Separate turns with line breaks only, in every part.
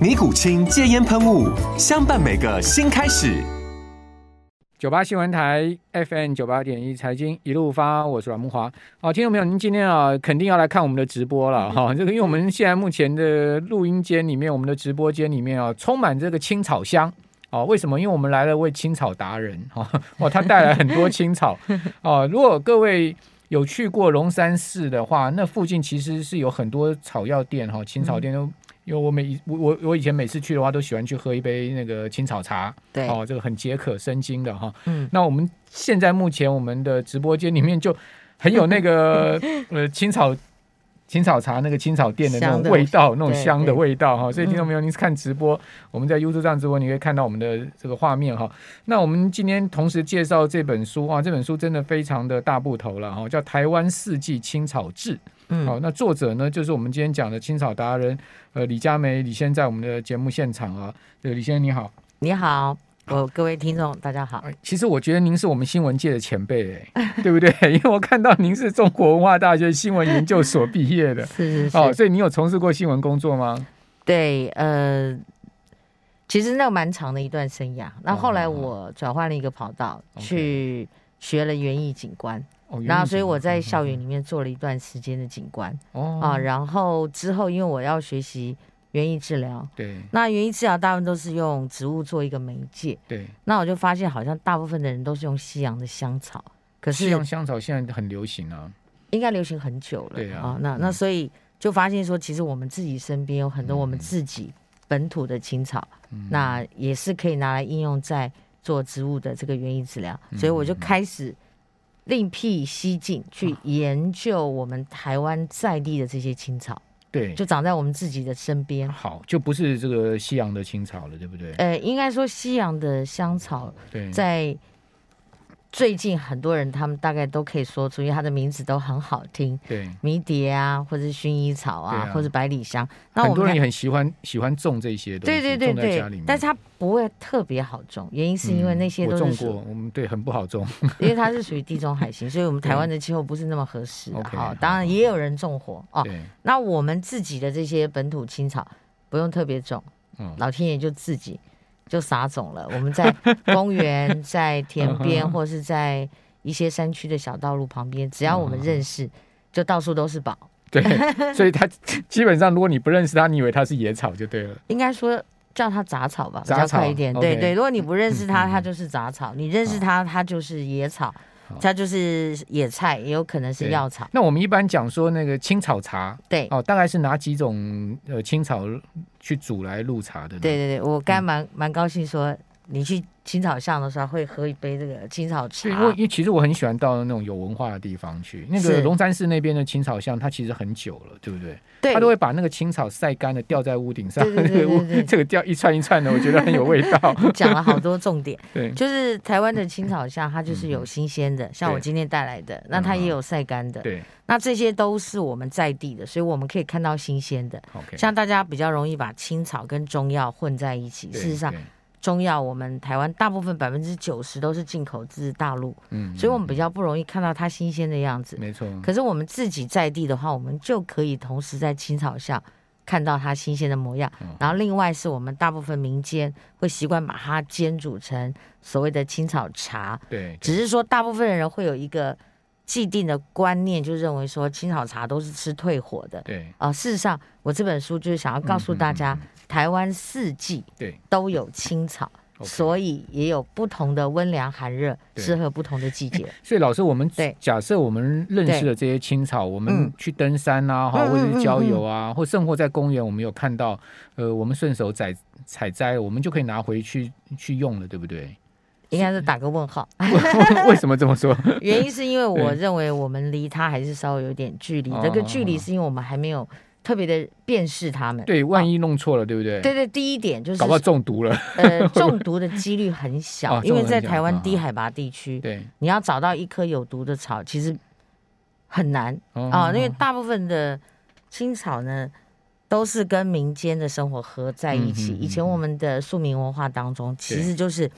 尼古清戒烟喷雾，相伴每个新开始。
九八新闻台 FM 九八点一财经一路发，我是阮木华。好、听众朋友，您今天啊，肯定要来看我们的直播了哈。这个，因为我们现在目前的录音间里面，我们的直播间里面啊，充满这个青草香。哦，为什么？因为我们来了位青草达人哈，哦，他带来很多青草哦。如果各位有去过龙山寺的话，那附近其实是有很多草药店哈，青草店都。因为我每我我我以前每次去的话，都喜欢去喝一杯那个青草茶，
对
哦，这个很解渴生津的哈、
嗯
那我们现在目前我们的直播间里面就很有那 个呃青草青草茶那个青草店的那
香
种
的
味道，那种
对
香的
对嗯
味道哈。所以听众朋友，您看直播，我们在 YouTube 上直播，你可以看到我们的这个画面哈。那我们今天同时介绍这本书啊，这本书真的非常的大部头了哈，叫《台湾四季青草志》。
嗯
好，那作者呢，就是我们今天讲的青草达人，呃，李佳梅，李先在我们的节目现场啊，这个李先你好，
你好，我各位听众大家好。，
哎，其实我觉得您是我们新闻界的前辈， 哎，对不对？因为我看到您是中国文化大学新闻研究所毕业的
是是是，
哦，所以你有从事过新闻工作吗？
对，呃，其实那蛮长的一段生涯。那后来我转换了一个跑道，
哦 OK
去学了园艺景观。
哦，原来
然后，
是
所以我在
嗯
校园里面做了一段时间的景观
哦
啊。然后之后，因为我要学习园艺治疗，
对
那园艺治疗大部分都是用植物做一个媒介。
对，
那我就发现，好像大部分的人都是用西洋的香草，可
西
是
洋香草现在很流行啊，
应该流行很久了。哦
对啊
那
嗯
那所以就发现说，其实我们自己身边有很多
嗯
我们自己本土的青草，那也是可以拿来应用在做植物的这个园艺治疗。
嗯
所以我就开始另辟蹊径，
啊
去研究我们台湾在地的这些青草，
对，
就长在我们自己的身边。
好，就不是这个西洋的青草了，对不对？
呃，应该说西洋的香草
对，
在。最近很多人，他们大概都可以说出，因为它的名字都很好听，
对，
迷迭啊，或者是薰衣草啊，
对啊
或者百里香。那
很
我
多
们
人也
看
很喜欢喜欢种这些东西，
对对对
种在家里
对
面，，
但是它不会特别好种，原因是因为那些
嗯
都
我
是
种
属
过，，我们对很不好种，
因为它是属于地中海型，所以我们台湾的气候不是那么合适啊
OK，
好
好
当然也有人种火哦。
对，
那我们自己的这些本土青草不用特别种，
嗯，
老天爷就自己就撒种 了。我们在公园、在田
嗯
边，或是在一些山区的小道路旁边，只要
嗯
我们认识，就到处都是宝。
对，所以它基本上，如果你不认识它，你以为它是野草就对了。
应该说叫它杂草吧，比
杂
较
草
快一点。
OK
对对，如果你不认识它，
嗯嗯
它就是杂草；你认识它，它就是野草
好，
它就是野菜，也有可能是
对
药草。
那我们一般讲说那个青草茶
对
哦，大概是哪几种呃青草去煮来入茶的呢？
对对对，我刚才蛮蛮高兴说，你去青草巷的时候会喝一杯这个青草茶
对，。因为因为其实我很喜欢到那种有文化的地方去。那个
是
龙山寺那边的青草巷，它其实很久了，对不对？
对
它都会把那个青草晒干了，吊在屋顶上，
对对对
这个屋
对对
这个吊一串一串的，我觉得很有味 道。
讲了好多重 点，
对，
就是台湾的青草巷，它就是有新鲜的，像我今天带来的，那它也有晒干的，
嗯对
那这些都是我们在地的，所以我们可以看到新鲜的。
，OK。
像大家比较容易把青草跟中药混在一起，
对
事实上
对
中药我们台湾大部分百分之九十都是进口自大陆，
嗯，
所以我们比较不容易看到它新鲜的样子。
没错，
可是我们自己在地的话，我们就可以同时在青草下看到它新鲜的模样。
嗯
然后另外是我们大部分民间会习惯把它煎煮成所谓的青草茶，
对，
只是说大部分人会有一个既定的观念，就认为说青草茶都是吃退火的。
对
啊、事实上，
嗯
我这本书就是想要告诉大家，台湾四季
对
都有青草。
OK
所以也有不同的温凉寒热，
对哎
适合不同的季节。
所以老师，我们
对
假设我们认识的这些青草，我们
嗯
去登山啊，哈、
嗯嗯嗯
或者是郊游啊，或生活在公园，我们有看到，呃，我们顺手采采摘，我们就可以拿回去去用了，对不 对？
应该是打个问 号，
为什么这么 说？
原因是因为我
对
认为我们离它还是稍微有点距离
哦，
这个
哦
距离是因为我们还没有特别的辨识它们。
对，万
一
一弄错了，对不对？
对对，第一点就是
搞不好中毒 了。
呃中毒的几率很
哦
小，
中
因
毒
为在
很小
台
啊
湾低海拔地区，
对，
你要找到一棵有毒的草其实很难
哦
啊，因为大部分的青草呢都是跟民间的生活合在一起。
嗯哼嗯
以前我们的庶民文化当中，其
对
实就是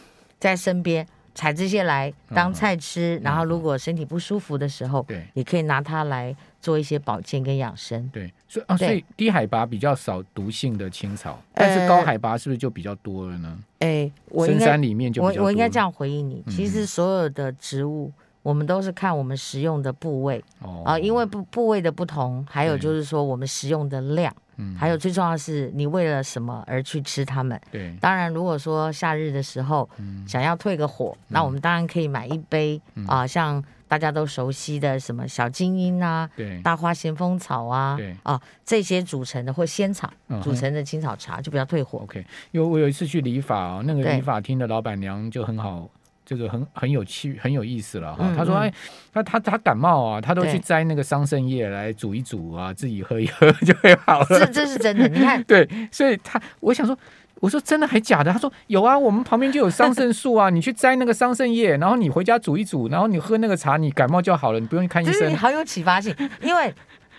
在身边采这些来当菜吃，然后如果身体不舒服的时候，
嗯对
也可以拿它来做一些保健跟养生。
对，所以啊，
对
所以低海拔比较少毒性的青草，但是高海拔是不是就比较多了呢？
哎，我应
深
该
山里面就比
我
较多了
我应该这样回应你，
嗯
其实所有的植物。我们都是看我们食用的部位
哦
啊、因为部部位的不同，还有
对
就是说我们食用的量。
嗯
还有最重要的是，你为了什么而去吃它们？
对
当然，如果说夏日的时候
嗯
想要退个火，那我们当然可以买一杯啊、像大家都熟悉的什么小金樱啊、
对
大花咸丰草
嗯
啊
对、
啊这些组成的或仙草
嗯哼
组成的青草茶就比较退 火。
OK，因为我有一次去理发啊，那个
对
理发厅的老板娘就很好。这个很很有趣，很有意思了哈。
嗯
她说：“
嗯
哎，她她她感冒啊，她都
对
去摘那个桑葚叶来煮一煮啊，自己喝一喝 就会好了。”
这这是真的，你看
对，所以他我想说，我说真的还假的？他说有啊，我们旁边就有桑葚树啊，你 去摘那个桑葚叶，然后你回家煮一煮，然后你喝那个茶，你感冒就好了，你不用去看医
就
生
是。好有启发性，因为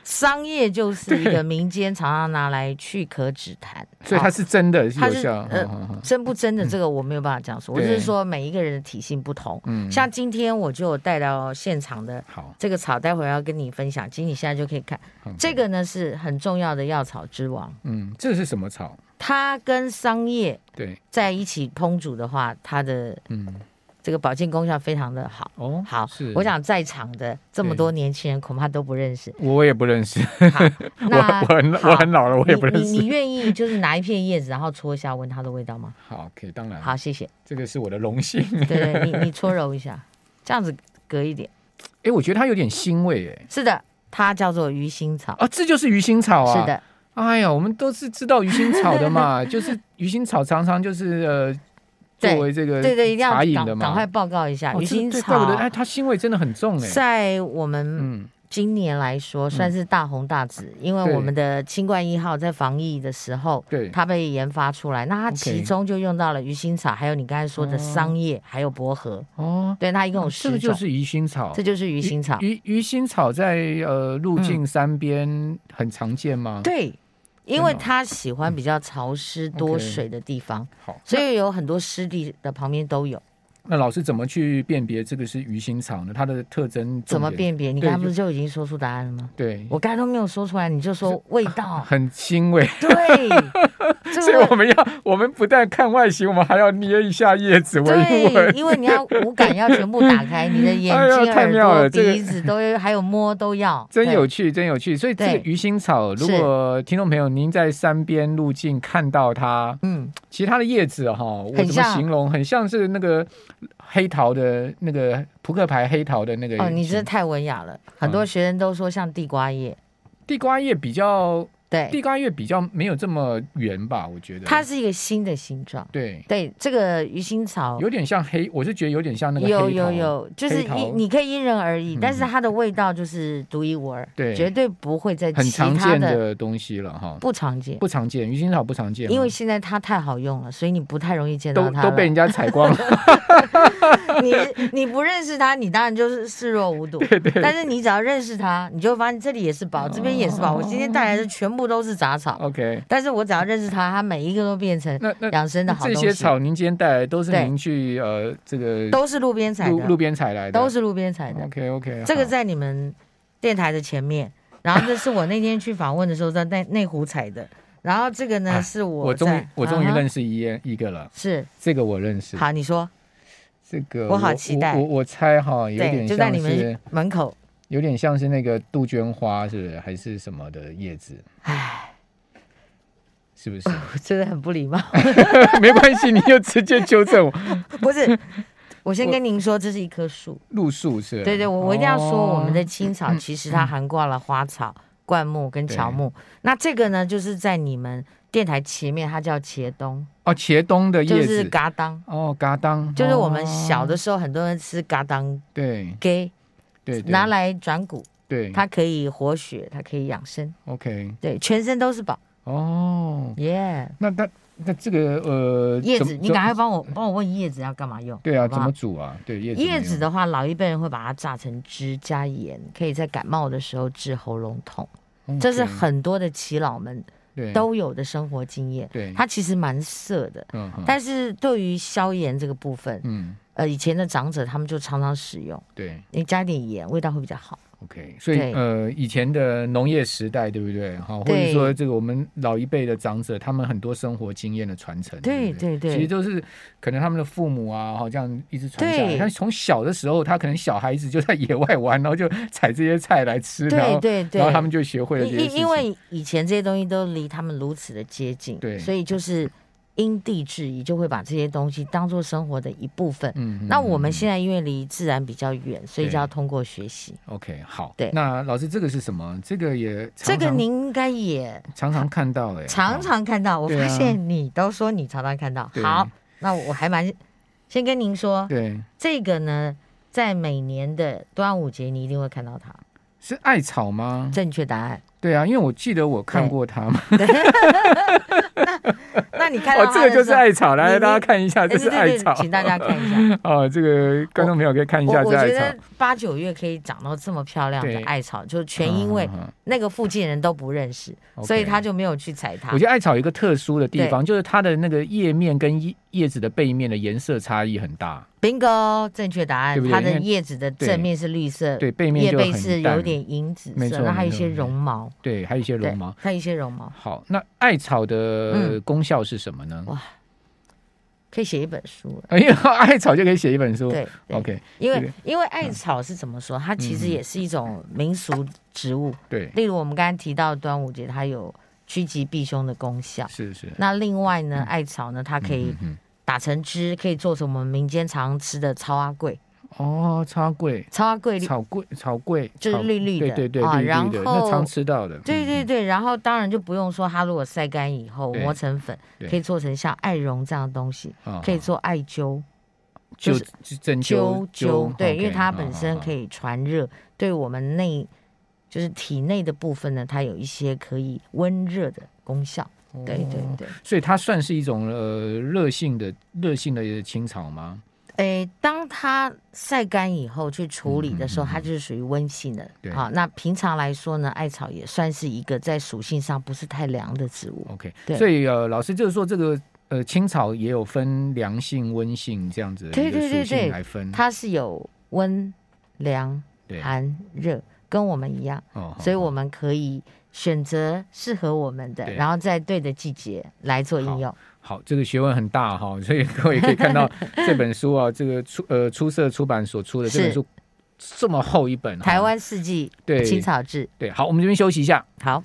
商业就是一个民间常常拿来去可啊止痰，
所以它是真的是
它
有
是
效，
呃
嗯嗯
真不真的这个我没有办法这样说，我
对
只是说每一个人的体性不同。
嗯
像今天我就有带到现场的
好，
这个草，待会儿要跟你分享，其实你现在就可以看，
嗯
这个呢是很重要的药草之王，
嗯，这是什么草？
它跟桑叶
对，
在一起烹煮的话，它的
嗯，
这个保健功效非常的好。
哦，
好
是，，
我想在场的这么
对
多年轻人恐怕都不 认识。
我也不认识，
好，
我
那
我很
好
我很老了，我也不认
你你你
识。
愿意就是拿一片叶子，然后搓一下，闻它的味道吗？
好，可以，当然，
好，谢谢。
这个是我的荣幸。
对对，你你搓揉一下，这样子隔一点。
哎，我觉得它有点腥味，哎，
是的，它叫做鱼腥草。
啊，这就是鱼腥草啊，
是的，
哎呀，我们都是知道鱼腥草的嘛， 就是鱼腥草常常就是呃，
对
作为这个
对对，一定要
呃茶饮
赶
的嘛，
赶快报告一下，
哦
鱼
这个
腥
对怪不得哎，
草
它腥味真的很重哎，
在我们
嗯，
今年来说算是大红大紫，因
对
为我们的新冠一号在防疫的时候。
对，
它被研发出来，那它
OK
其中就用到了鱼腥草，还有你刚才说
哦
的桑叶，还有薄荷，
哦，
对，它一共有
这
十
个就
种，
是鱼腥草，
这就是鱼腥草。嗯
鱼鱼腥草在呃路径山边很常见吗？，
对，因为
真的哦嗯
它喜欢比较潮湿多水的地方，
好，
所以有很多湿地的旁边都有。
那老师怎么去辨别这个是鱼腥草呢？它的特征
怎么
重点？
辨别？你
对
刚才
就嗯
不是就已经说出答案了吗？
对，哦
我刚才都没有说出来，你就说味 道。
很腥味，
哦对，这
所以
个
我们要我们不但看外形，我们还要捏一下叶子闻一
对，
闻。
因为你要五感要全部打开，你的眼
哎呀
睛、
太
耳
妙了
朵、
这个
鼻子都要，还有摸都要。
真
对
有趣，真有趣。所以这个
对
鱼腥草，如果听众朋友您在山边路径看到它，
嗯，
其实它的叶子哈，我
很
怎么
像
形容？很像是那个黑桃的那个扑克牌黑桃的那个。
哦，你这太文雅了。很
嗯
多学生都说像地瓜叶，
地瓜叶比较，
对，
地瓜叶比较没有这么圆吧？我觉得
它是一个新的形状。
对，
对，这个鱼腥草
有点像黑，我是觉得有点像那个
有
黑桃
有，有，就是
黑桃
因你可以因人而异，
嗯
但是它的味道就是独一无二，
对
绝对不会在
很
其
常
他
见
的
的嗯东西了哈，
不常见，
不常见，鱼腥草不常见吗，
因为现在它太好用了，所以你不太容易见到
都
它
都被人
了
家采光 了。
你你不认识它，你当然就是视若无睹。但是你只要认识它，你就会发现这里也是宝，这边也是宝。我今天带来的全部都是杂草，
OK，
但是我只要认识它，它每一个都变成
哦那那
养生的好
这
东
些
西，
草您今天带来都是
对
您去呃这个
都是路边采
路路
的，
边采来的，
都是路边采的。
OK OK。
这个在你们电台的前面，然后这是我那天去访问的时候在 内内湖采的，然后这个
啊
呢是我
我终于
在
我终于
啊哈
认识一个一个了，
是
这个我认识，
好，你说
这个
我好期待
我我我猜哈，有
对，
点
就在
像
你
是
们门口，
有点像是那个杜鹃花是不是还是什么的叶子？
唉，
是不是？
真的很不 礼貌。
没关系，你就直接纠正我。
不是，我先跟您说，这是一棵树。
路数是？
对对，我我一定要说，
哦
我们的青草其实它含挂了花草、灌木跟乔木。那这个呢，就是在你们电台前面，它叫茄冬，
哦，茄冬的
就
叶
是
子，
嘎当，
哦，嘎当，
就是我们
哦
小的时候很多人吃嘎当
对
给
对对
拿来转骨，
对，
它可以活血，它可以养生，
OK
对，全身都是宝。
哦，
耶、
那那那这个呃
叶
怎
子，
么
你
怎
赶快帮我帮我问叶子要干嘛用？
对啊，
好不
怎
好
么煮啊？对叶子
叶
怎
子
么样
的话，老一辈人会把它榨成汁加盐，可以在感冒的时候治喉咙痛，
OK，
这是很多的耆老们
对
都有的生活经验。
对，
它其实蛮涩的，
嗯嗯
但是对于消炎这个部分，
嗯
呃，以前的长者他们就常常使用，
对
你加一点盐，味道会比较好。
OK，所以
对
呃以前的农业时代对不对？好，或者
对
说这个我们老一辈的长者，他们很多生活经验的传承，
对
不
对对
其实都是可能他们的父母啊，好这样一直传下来。
对
他从小的时候，他可能小孩子就在野外玩，然后就采这些菜来吃，然
对
后
对对
然后，他们就学会了这些事
因
情。
因为以前这些东西都离他们如此的接近，
对
所以就是因地制宜，就会把这些东西当做生活的一部分。
嗯
那我们现在因为离自然比较远，所以
对
就要通过学习。
嗯 OK 好，
对
那老师这个是什么？这个也
这
常常
个您应该也
常常看到哎、
常
哦
常看到，我
对啊
发现你都说你常常看到。
对
好，那我还蛮先跟您说，
对
这个呢，在每年的端午节你一定会看到它。
是艾草吗？
正确 答案。
对啊，因为我记得我看过它嘛。
那你看到
哦，这个
它的时候
就是艾草，
你
来
你
大家看一下，
哎
这
对
是
对
艾
对
草。
请大家看一下。
哦，这个观众朋友可以看一
我
下
我
这艾
觉
草
得。八九月可以长到这么漂亮的
对
艾草，就全因为
嗯嗯嗯
那个附近人都不认识，
OK
所以他就没有去采它
我。觉得艾草有一个特殊的地方，就是它的那个叶面跟叶叶子的背面的颜色差异很大，
bingo，正确答案
对不。对
它
因
的
为
叶子的正面是绿色，
对，背面
叶
就
背
很
是
淡
有，点银紫
没错
色，那还有一
没错
些
没错
绒毛，
对，还有一些
对
绒毛。
还有一些绒毛，
好，那艾草的
嗯
功效是什么呢？
哇可以写一本书了。
哎呀，艾草就可以写一本书。
对对
哦 OK，嗯
因
这
为
个
因为艾草是怎么说？它其实也是一种民俗植物，
对，
例如我们刚才提到的端午节，它有趋吉避凶的功效。
是是，
那另外呢，艾草呢，它可以
嗯嗯
打成汁，可以做成我们民间常吃的超阿桂。
哦，超贵，
超阿桂绿，
草桂，草桂，
就是
草
绿绿的
对对对，
啊
绿绿
然
的，那
后
常吃到的，
对对
嗯，
对，然后当然就不用说，它如果晒干以后
对
磨成粉，
对
可以做成像艾绒这样的东西，
嗯
可以做艾灸、
就
就是
针
灸
灸哦
灸，对，因为它本身可，
OK，
以传热，对我们内就是体内的部分呢，它有一些可以温热的功效。
好好好
对对
哦
对，
所以它算是一种呃热性的热性的青草吗？
诶，当它晒干以后去处理的时
嗯
候，
嗯嗯嗯
它就是属于温性的
对。
好，那平常来说呢，艾草也算是一个在属性上不是太凉的植物。
OK，
对
所以呃，老师就是说这个呃青草也有分凉性、温性这样子的一
对
个
对
属
对
性
对
来分，
它是有温、凉、
对
寒、热，跟我们一样，
哦
所以我
们
们可以选择适合我们的，
对
然后在对的季节来做应用。
好这个学问很大哈，所以各位可以看到这本书啊，这个出呃出色出版所出的这本
是
书这么厚一本哈，
台湾四季
对哦
青草制，
对，好，我们这边休息一下。
好，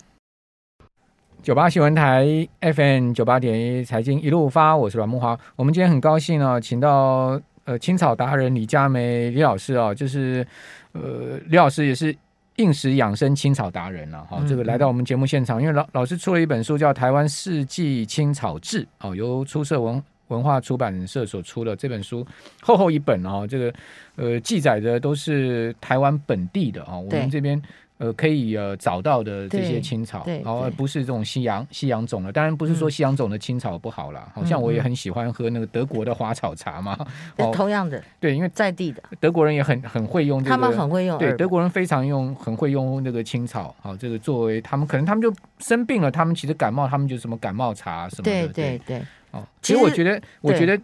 九八新闻台 FM 九八点一财经一路发，我是阮木华。我们今天很高兴哦，请到呃青草达人李佳梅李老师哦，就是呃李老师也是应食养生青草达人了、啊哈、
嗯
这个来到我们节目现场，因为老老师出了一本书叫《台湾世纪青草志》哦，由出色文文化出版社所出的这本书，厚厚一本哦，这个呃记载的都是台湾本地的哦，我
对
们这边。呃，可以呃找到的这些
对
青草，
对
哦，
对
不是这种西洋西洋种了，当然不是说
嗯
西洋种的青草不好啦，好、像我也很喜欢喝那个德国的花草茶嘛，
就
哦，
同样的
对，因为
在地的，
德国人也很很会用这个，
他们很呃会用
对
耳
德国人非常用很会用那个青草，好、这个作为他们可能他们就生病了，他们其实感冒，他们就什么感冒茶什么的，
对对对，
哦，其
其
实
实
我觉得，我
对
觉得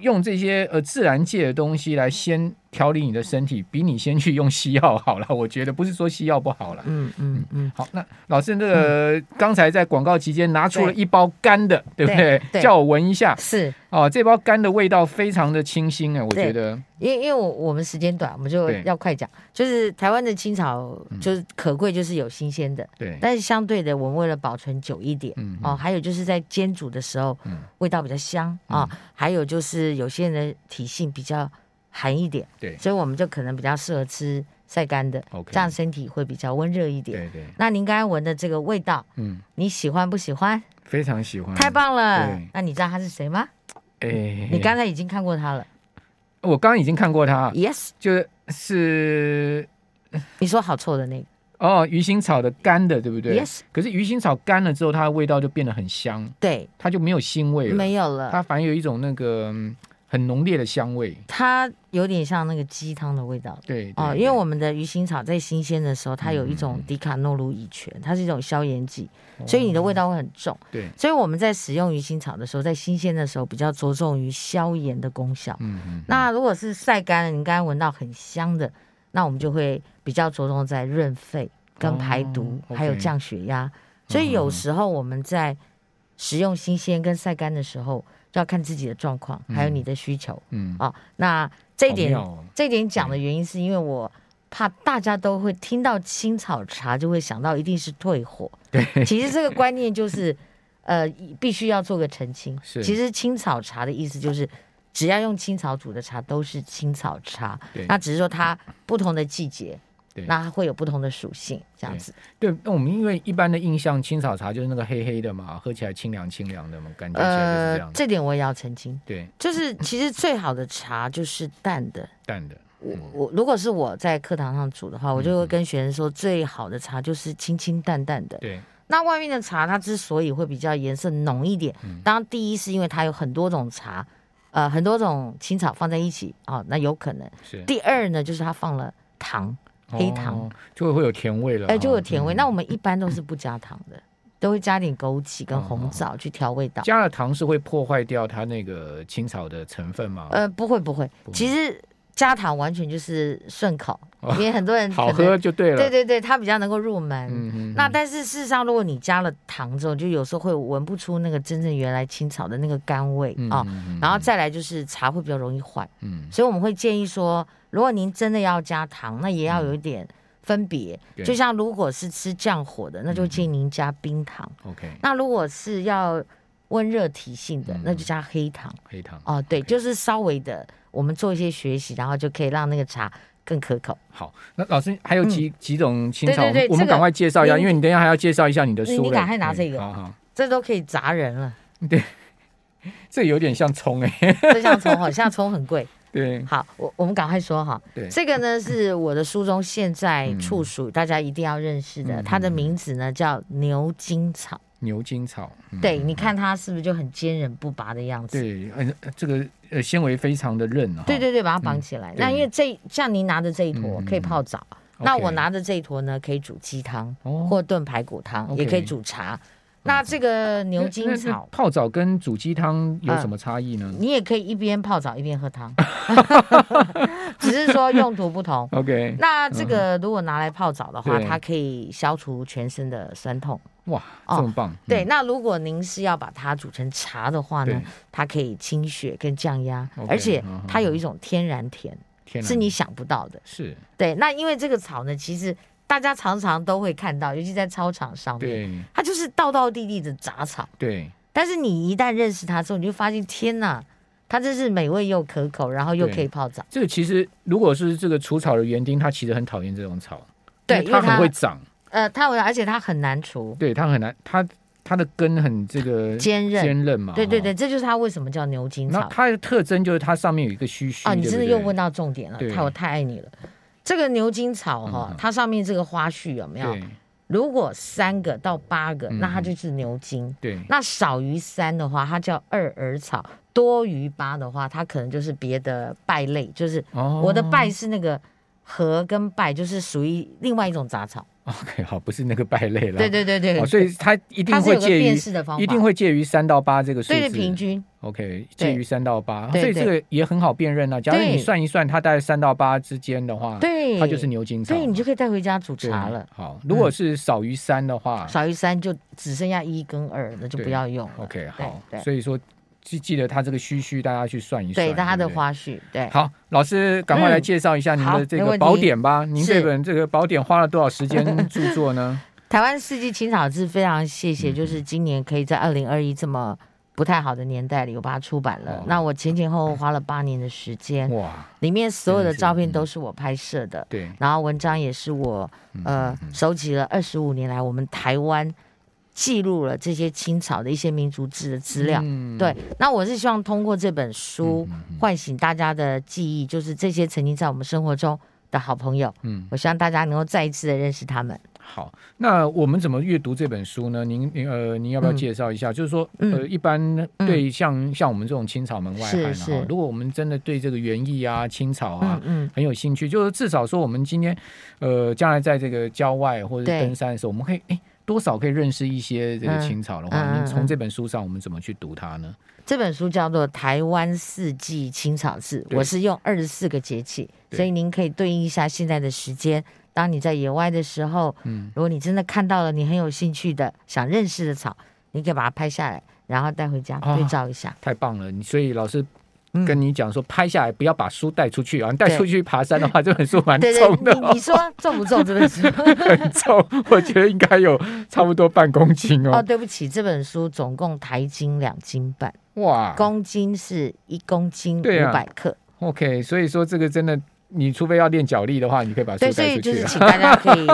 用这些呃自然界的东西来先调理你的身体，比你先去用西药好了。我觉得不是说西药不好了。
嗯嗯嗯，
好，那老师，那个刚才在广告期间拿出了一包干的，对不
对
对？
对
叫我闻一下
是
哦，这包干的味道非常的清新哎，我
对
觉得
因为因为我我们时间短，我们就
对嗯
要快讲。就是台湾的青草，就是可贵，就是有新鲜的，
对，
但是相对的，我们为了保存久一点，
嗯
哦，还有就是在煎煮的时候，
嗯
味道比较香啊、还有就是有些人的体性比较寒一点，
对
所以我们就可能比较适合吃晒干的
OK
这样身体会比较温热一点。
对对，
那您刚才闻的这个味道，
嗯，
你喜欢不喜欢？
非常喜欢。
太棒了
嗯对！
那你知道他是谁吗？
哎，
你刚才已经看过他了。
我刚刚已经看过它，
Yes，
就是
你说好臭的那个。
哦，鱼腥草的干的，对不对
Yes
可是鱼腥草干了之后，它的味道就变得很香，
对，
它就没有腥味了，
没有了。
它反而有一种那个嗯很浓烈的香味。
它有点像那个鸡汤的味道
对
哦，
对
因
对
为
嗯
我们的鱼腥草在新鲜的时候，它有一种迪卡诺鲁乙醛，它是一种消炎剂，
哦
所以你的味道会很重。
对，
所以我们在使用鱼腥草的时候，在新鲜的时候比较着重于消炎的功效。
嗯嗯，
那如果是晒干了，你刚才闻到很香的，那我们就会比较着重在润肺、跟排毒，
哦，OK 嗯
还有降血压。所以有时候我们在使用新鲜跟晒干的时候，就要看自己的状况，还有你的需求
嗯，
啊、那这一点
好妙哦
这一点讲的原因是因为我怕大家都会听到青草茶就会想到一定是 退火，对，其实这个观念就是，呃，必须要做个澄清。
是
其实青草茶的意思就是，只要用青草煮的茶都是青草茶
对，
那只是说它不同的季节
对，
那它会有不同的属性，这样子。
对，那我们因为一般的印象，青草茶就是那个黑黑的嘛，喝起来清凉清凉的嘛，感觉起来就是
呃
这样，。
这点我也要澄清，
对，
就是其实最好的茶就是淡的，
淡的，
我我如果是我在课堂上煮的话，
嗯
我就会跟学生说，最好的茶就是清清淡淡的。
对，
那外面的茶，它之所以会比较颜色浓一点，
嗯
当然第一是因为它有很多种茶，呃，很多种青草放在一起啊、那有可能。
是
第二呢，就是它放了糖，黑糖，
哦就会有甜味了哈。
哎、就有甜味。
嗯
那我们一般都是不加糖的，都会加点枸杞跟
嗯
红枣去调味道。
加了糖是会破坏掉它那个青草的成分嘛？
呃，不会不会，
不会
其实加糖完全就是顺口，
哦
因为很多人
好
可能
喝就对了。
对对对，它比较能够入门。
嗯，嗯嗯，
那但是事实上，如果你加了糖之后，就有时候会闻不出那个真正原来青草的那个甘味
嗯
啊、
嗯嗯
然后再来就是茶会比较容易坏，
嗯
所以我们会建议说，如果您真的要加糖，那也要有一点分别。
嗯对嗯
就像如果是吃降火的，那就建议您加冰糖；
，OK，
那如果是要温热体性的
嗯，
那就加黑糖。
黑糖
哦，对，就是稍微的，我们做一些学习，然后就可以让那个茶更可口。
好。那老师还有几几种青草，
嗯对对
我
对
们我们
这个
赶快介绍一下，
你
因为你等一下还要介绍一下你的
你
书嘞。
你赶快拿这个
嗯好好，
这都可以砸人了，
这有点像葱哎。
这像葱好，像葱很贵。
对
好，我我们赶快说哈。
对，
这个呢是我的书中现在处属大家一定要认识的，
嗯
它的名字呢叫牛筋草。
牛筋草，嗯
对，你看它是不是就很坚韧不拔的样子？
对，呃，这个呃纤维非常的韧啊。
对对对把它绑起来。
对
那因为这像您拿的这一坨
嗯
可以泡澡，
OK
那我拿的这一坨呢可以煮鸡汤
哦
或炖排骨汤，
OK
也可以煮茶。那这个
那，
牛筋
那那
草，嗯
泡澡跟煮鸡汤有什么差异呢
你也可以一边泡澡一边 喝汤， 只是说用途不同。
？OK，
那这个如果拿来泡澡的话，
嗯对
它可以消除全身的酸痛。
哇，
哦
这么棒。
对，
嗯
那如果您是要把它煮成茶的话呢
对，
它可以清血跟降压
OK，
而且
嗯嗯
它有一种天然甜，
天哪
是你想不到的。
是
对，那因为这个草呢，其实大家常常都会看到，尤其在操场上面，
对
它就是道道地地的杂草。
对
但是你一旦认识它之后，你就发现天哪，它真是美味又可口，然后又
对
可以泡澡。
这个其实，如果是这个除草的园丁，他其实很讨厌这种草，
对
因为
因为
它很
它
会长，
呃，它有，而且它很难除，
对，它很难，它它的根很这个
坚韧。
坚韧嘛，
对对
哈
对，。这就是它为什么叫牛筋
那
草。
它的特征就是它上面有一个须须
哦，你真的又问
到
到重点了，
对
太我太爱你了。这个牛筋草哈、
嗯
它上面这个花絮有没有？
对
如果三个到八个，
嗯
那它就是牛筋。
对
那少于三的话，它叫二耳草；多于八的话，它可能就是别的败类。就是
哦，
我的败是那个禾跟败，就是属于另外一种杂草。
OK 好，不是那个败类了，
对对对对，
哦，所以它一定
它是
会
有个
介于
辨识的方法，
一定会介于三到八这个数字，
对对平均。
OK，
对
介于三到八，
对
所以
对
这个也很好辨认啊。假如
对
你算一算，它大概三到八之间的话，
对，
啊它就是牛筋草，
对你就可以带回家煮
对
茶了。嗯
好，如果是少于三的话
少于三就只剩下一跟二，那就不
对哦
要用了。
，OK，
对
好
对，
所以说记记得它这个须须，大家去算一算，
对，但它的
不对。
花絮，对，
好，老师，赶快来介绍一下您
嗯好
的这
没
个
问题
宝典吧。您
是
这本这个宝典花了多少时间著作 呢？
台湾四季青草志非常谢
嗯
谢，就是今年可以在二零二一这么不太好的年代里，我把它出版了。
哦
那我前前后后花了八年的时间，
哇，
里面所有的
真的是
照片
嗯
都是我拍摄的，
对，
然后文章也是我
嗯
呃收集了二十五年来我们台湾记录了这些青草的一些民族志的资料。
嗯
对，那我是希望通过这本书唤醒大家的记忆，就是这些曾经在我们生活中的好朋友。
嗯，
我希望大家能够再一次的认识他们。
好，那我们怎么阅读这本书呢？您您呃，您要不要
嗯
介绍一下？就是说，
嗯
呃，一般对像像我们这种青草门外汉
是
哈
是，
如果我们真的对这个园艺啊、青草啊
嗯。嗯，
很有兴趣，就是至少说我们今天，呃，将来在这个郊外或者
对
登山的时候，我们可以哎多少可以认识一些这个
嗯
青草的话，
嗯
您从
嗯
这本书上我们怎么去读它呢？
这本书叫做《台湾四季青草志》，
对
我是用二十四个节气，
对
所以您可以对应一下现在的时间。当你在野外的时候，
嗯
如果你真的看到了你很有兴趣的、想认识的草，你可以把它拍下来，然后带回家
啊
对照一下。
太棒了！你所以老师
嗯
跟你讲说，拍下来不要把书带出去啊，你带出去爬山的话，这本书蛮
对 对，
重的
你
哦，
你说重不重这本 书？
很重，我觉得应该有差不多半公斤
哦，
哦。
对不起，这本书总共台斤两斤半，
哇
哦公斤是一公斤
啊对啊
五百克。
，OK，所以说这个真的，你除非要练脚力的话，你可以把书
对，所
带
以
出
就是
去啊。
请大家可以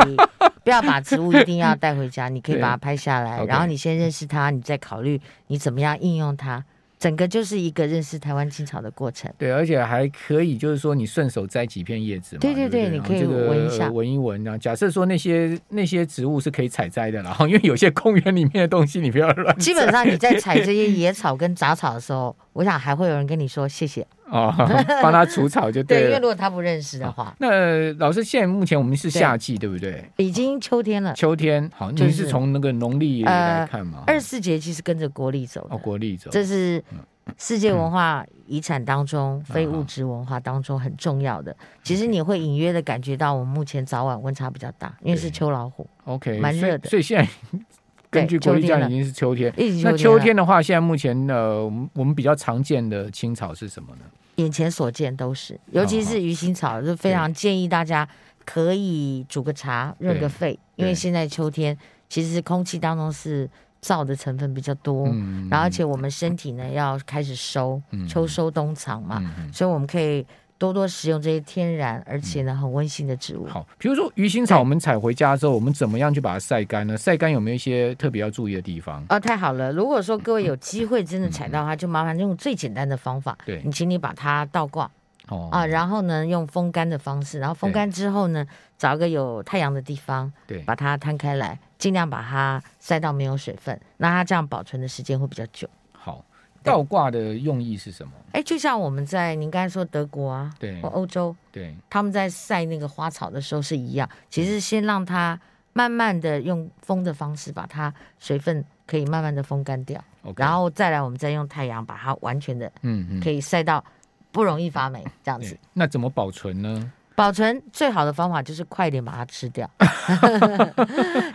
不要把植物一定要带回 家，你可以
对啊
把它拍下来，
OK
然后你先认识它，你再考虑你怎么样应用它。整个就是一个认识台湾青草的过 程。
对，而且还可以，就是说你顺手摘几片叶子嘛。
对
对
对
不
对你
然后
可以
这个
闻一下
呃闻一闻啊。假设说那些那些植物是可以采摘的啦， 因为有些公园里面的东西你不要乱
基本上你在采这些野草跟杂草的时候，我想还会有人跟你说谢谢。
哦，帮它除草就对
对，因为
了
如。果他不认识的话，
那老师，现在目前我们是夏季，对不对？
已经秋天了，
秋天，好，
呃就是呃
你是从那个农历来看嘛？
二十四节气是跟着国历走
哦，
的，
国历走，
这是
嗯
世界文化遗产当中、非物质文化当中很重要
嗯
的。其实你会隐约的感觉到，我们目前早晚温差比较大，因为是秋老虎，
OK，
蛮热的
所以所以现在 根据国历
秋
讲，
天了
已经是秋天。
一直
那
了
秋天的话，现在目前呃，我们我们比较常见的青草是什么呢？
眼前所见都
嗯
是，尤其是鱼腥草，就非常建议大家可以煮个茶润个肺，因为现在秋天其实空气当中是燥的成分比较多，
嗯，
然后而且我们身体呢要开始收，
嗯
秋收冬藏嘛，
嗯嗯
所以我们可以多多食用这些天然而且呢很温馨的植物。
嗯好，比如说鱼腥草，
对
我们采回家之后，我们怎么样去把它晒干呢？晒干有没有一些特别要注意的地方？
哦，太好了！如果说各位有机会真的踩到它，就麻烦用最简单的方法，
对
你请你把它倒挂
哦
啊，然后呢用风干的方式，然后风
对
干之后呢，找一个有太阳的地方，
对，
把它摊开来，尽量把它晒到没有水分，那它这样保存的时间会比较久。
好，倒挂的用意是什么？
哎，就像我们在您刚才说德国啊，
对
或欧洲，
对，
他们在晒那个花草的时候是一样，其
嗯
实先让它慢慢的用风的方式把它水分可以慢慢的风干掉，
OK
然后再来我们再用太阳把它完全的
嗯嗯，
可以晒到不容易发霉这样子
对。那怎么保存呢？
保存最好的方法就是快点把它 吃掉。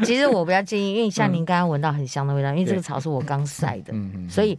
其实我比较建议，因为像您刚刚闻到很香的味道，因为这个
嗯对
草是我刚晒的，
嗯嗯，
所以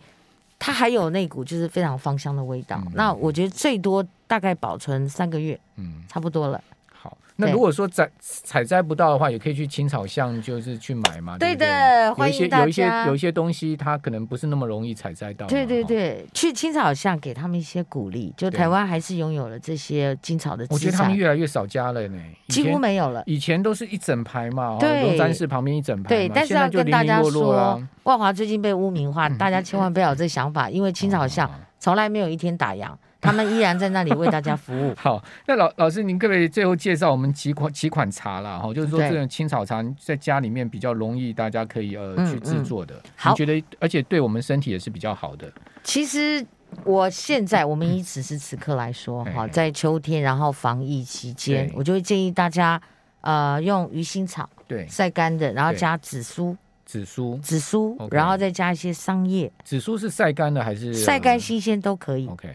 它还有那股就是非常芳香的味道。那我觉得最多大概保存三个月，
嗯，
差不多了。
好。那
对
如果说采采摘不到的话，也可以去青草巷，就是去买嘛。
对
不
的
有
欢
一些
迎大
有一些
家
有一些东西，它可能不是那么容易采摘到嘛。
对对
哈，
对，去青草巷给他们一些鼓励，就
对
台湾还是拥有了这些青草的
我觉
资
得他们
产，
越来越少加了呢，以
几乎
前
没有了。
以前都是一整排嘛，哈
对
龙山寺旁边一整排嘛，
对，但是
现在
要
就
跟
零
大
零
家
落落啊啦嗯
说，万华最近被污名化，大家千万不要有这想法，因为青草巷
哦。
从来没有一天打烊，他们依然在那里为大家服 务
好，那老老师，您可不可以最后介绍我们几款几款茶啦？哈，就是说
对
这种青草茶在家里面比较容易，大家可以呃
嗯
去制作的。
好
你觉得而且对我们身体也是比较好的。
其实我现在，我们以此时此刻来说，
嗯
哈，在秋天，然后防疫期间
对，
我就会建议大家，呃，用鱼腥草
对
晒干的，然后
对
加紫苏，
紫苏，
紫苏
OK
然后再加一些桑叶，
紫苏是晒干的还是啊哦
晒干新鲜都可以。
？OK，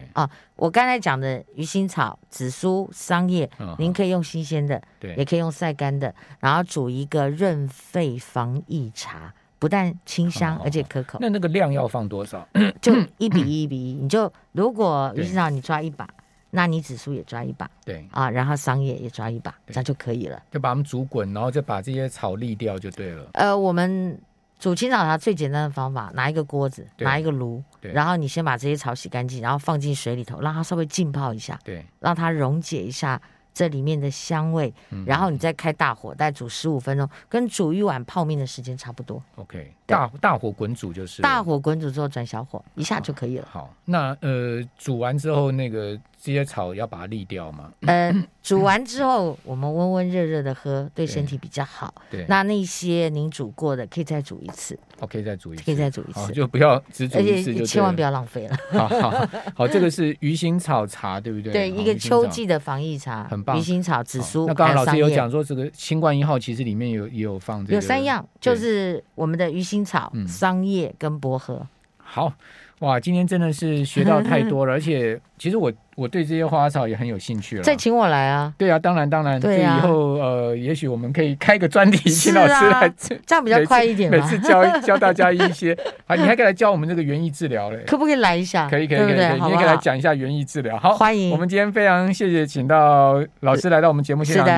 我刚才讲的鱼腥草、紫苏、桑叶，
嗯
您可以用新鲜的，也
对，
可以用晒干的，然后煮一个润肺防疫茶，不但清香
好，
而且可口。
那那个量要放多少？
就一比一，一比一，你就如果
对
鱼腥草你抓一把，那你紫苏也抓一把
对，
啊，然后桑叶也抓一把，
对
这样就可以了。
就把它们煮滚，然后再把这些草沥掉就对了。
呃，我们煮青草茶最简单的方法，拿一个锅子，
对
拿一个炉，
对
然后你先把这些草洗干净，然后放进水里头，让它稍微浸泡一下，
对，
让它溶解一下这里面的香味，
嗯
然后你再开大火，再煮十五分钟，跟煮一碗泡面的时间差不多。
OK，大大火滚煮就是
大火滚煮之后转小火，
啊
一下就可 以了。
好，那呃，煮完之后，那个这些草要把它沥掉嘛？
呃，煮完之后我们温温热热的喝，对身体比较好。
嗯对，
那那些您煮过的可以再煮一次，
OK 再煮一次，
可以再煮一
好，
次，
就不要只煮
而
一次就
且千万不
要。
要浪费了。
好好好，这个是鱼腥草茶，对不对？
对，
好
一个
鱼腥
秋
草
季的防疫茶，
很棒
鱼腥草、紫
好
苏，
那刚
还
刚老
桑
师有
叶
讲说，这个新冠一号其实里面有也有放这个
有三。样，就
对
是我们的鱼腥草、
嗯
桑叶跟薄荷。
好，哇，今天真的是学到太多 了，而且其实我我对这些花草也很有兴趣了。
再请我来啊，
对啊，当然当然，
对啊
这以后呃，也许我们可以开个专题，
是
请
啊
老师来这
这样比较快一点
每
吧
次。教教大家一些啊， 你还可以来教我们这个园艺治疗嘞。
可不可以来一下？
可以可以可
对不
以，可以
对？好
你
不
也可以来
好？
讲一下园艺治疗。好，
欢迎
我们今天非常谢谢，请到老师来到我们节目现
是
场
的。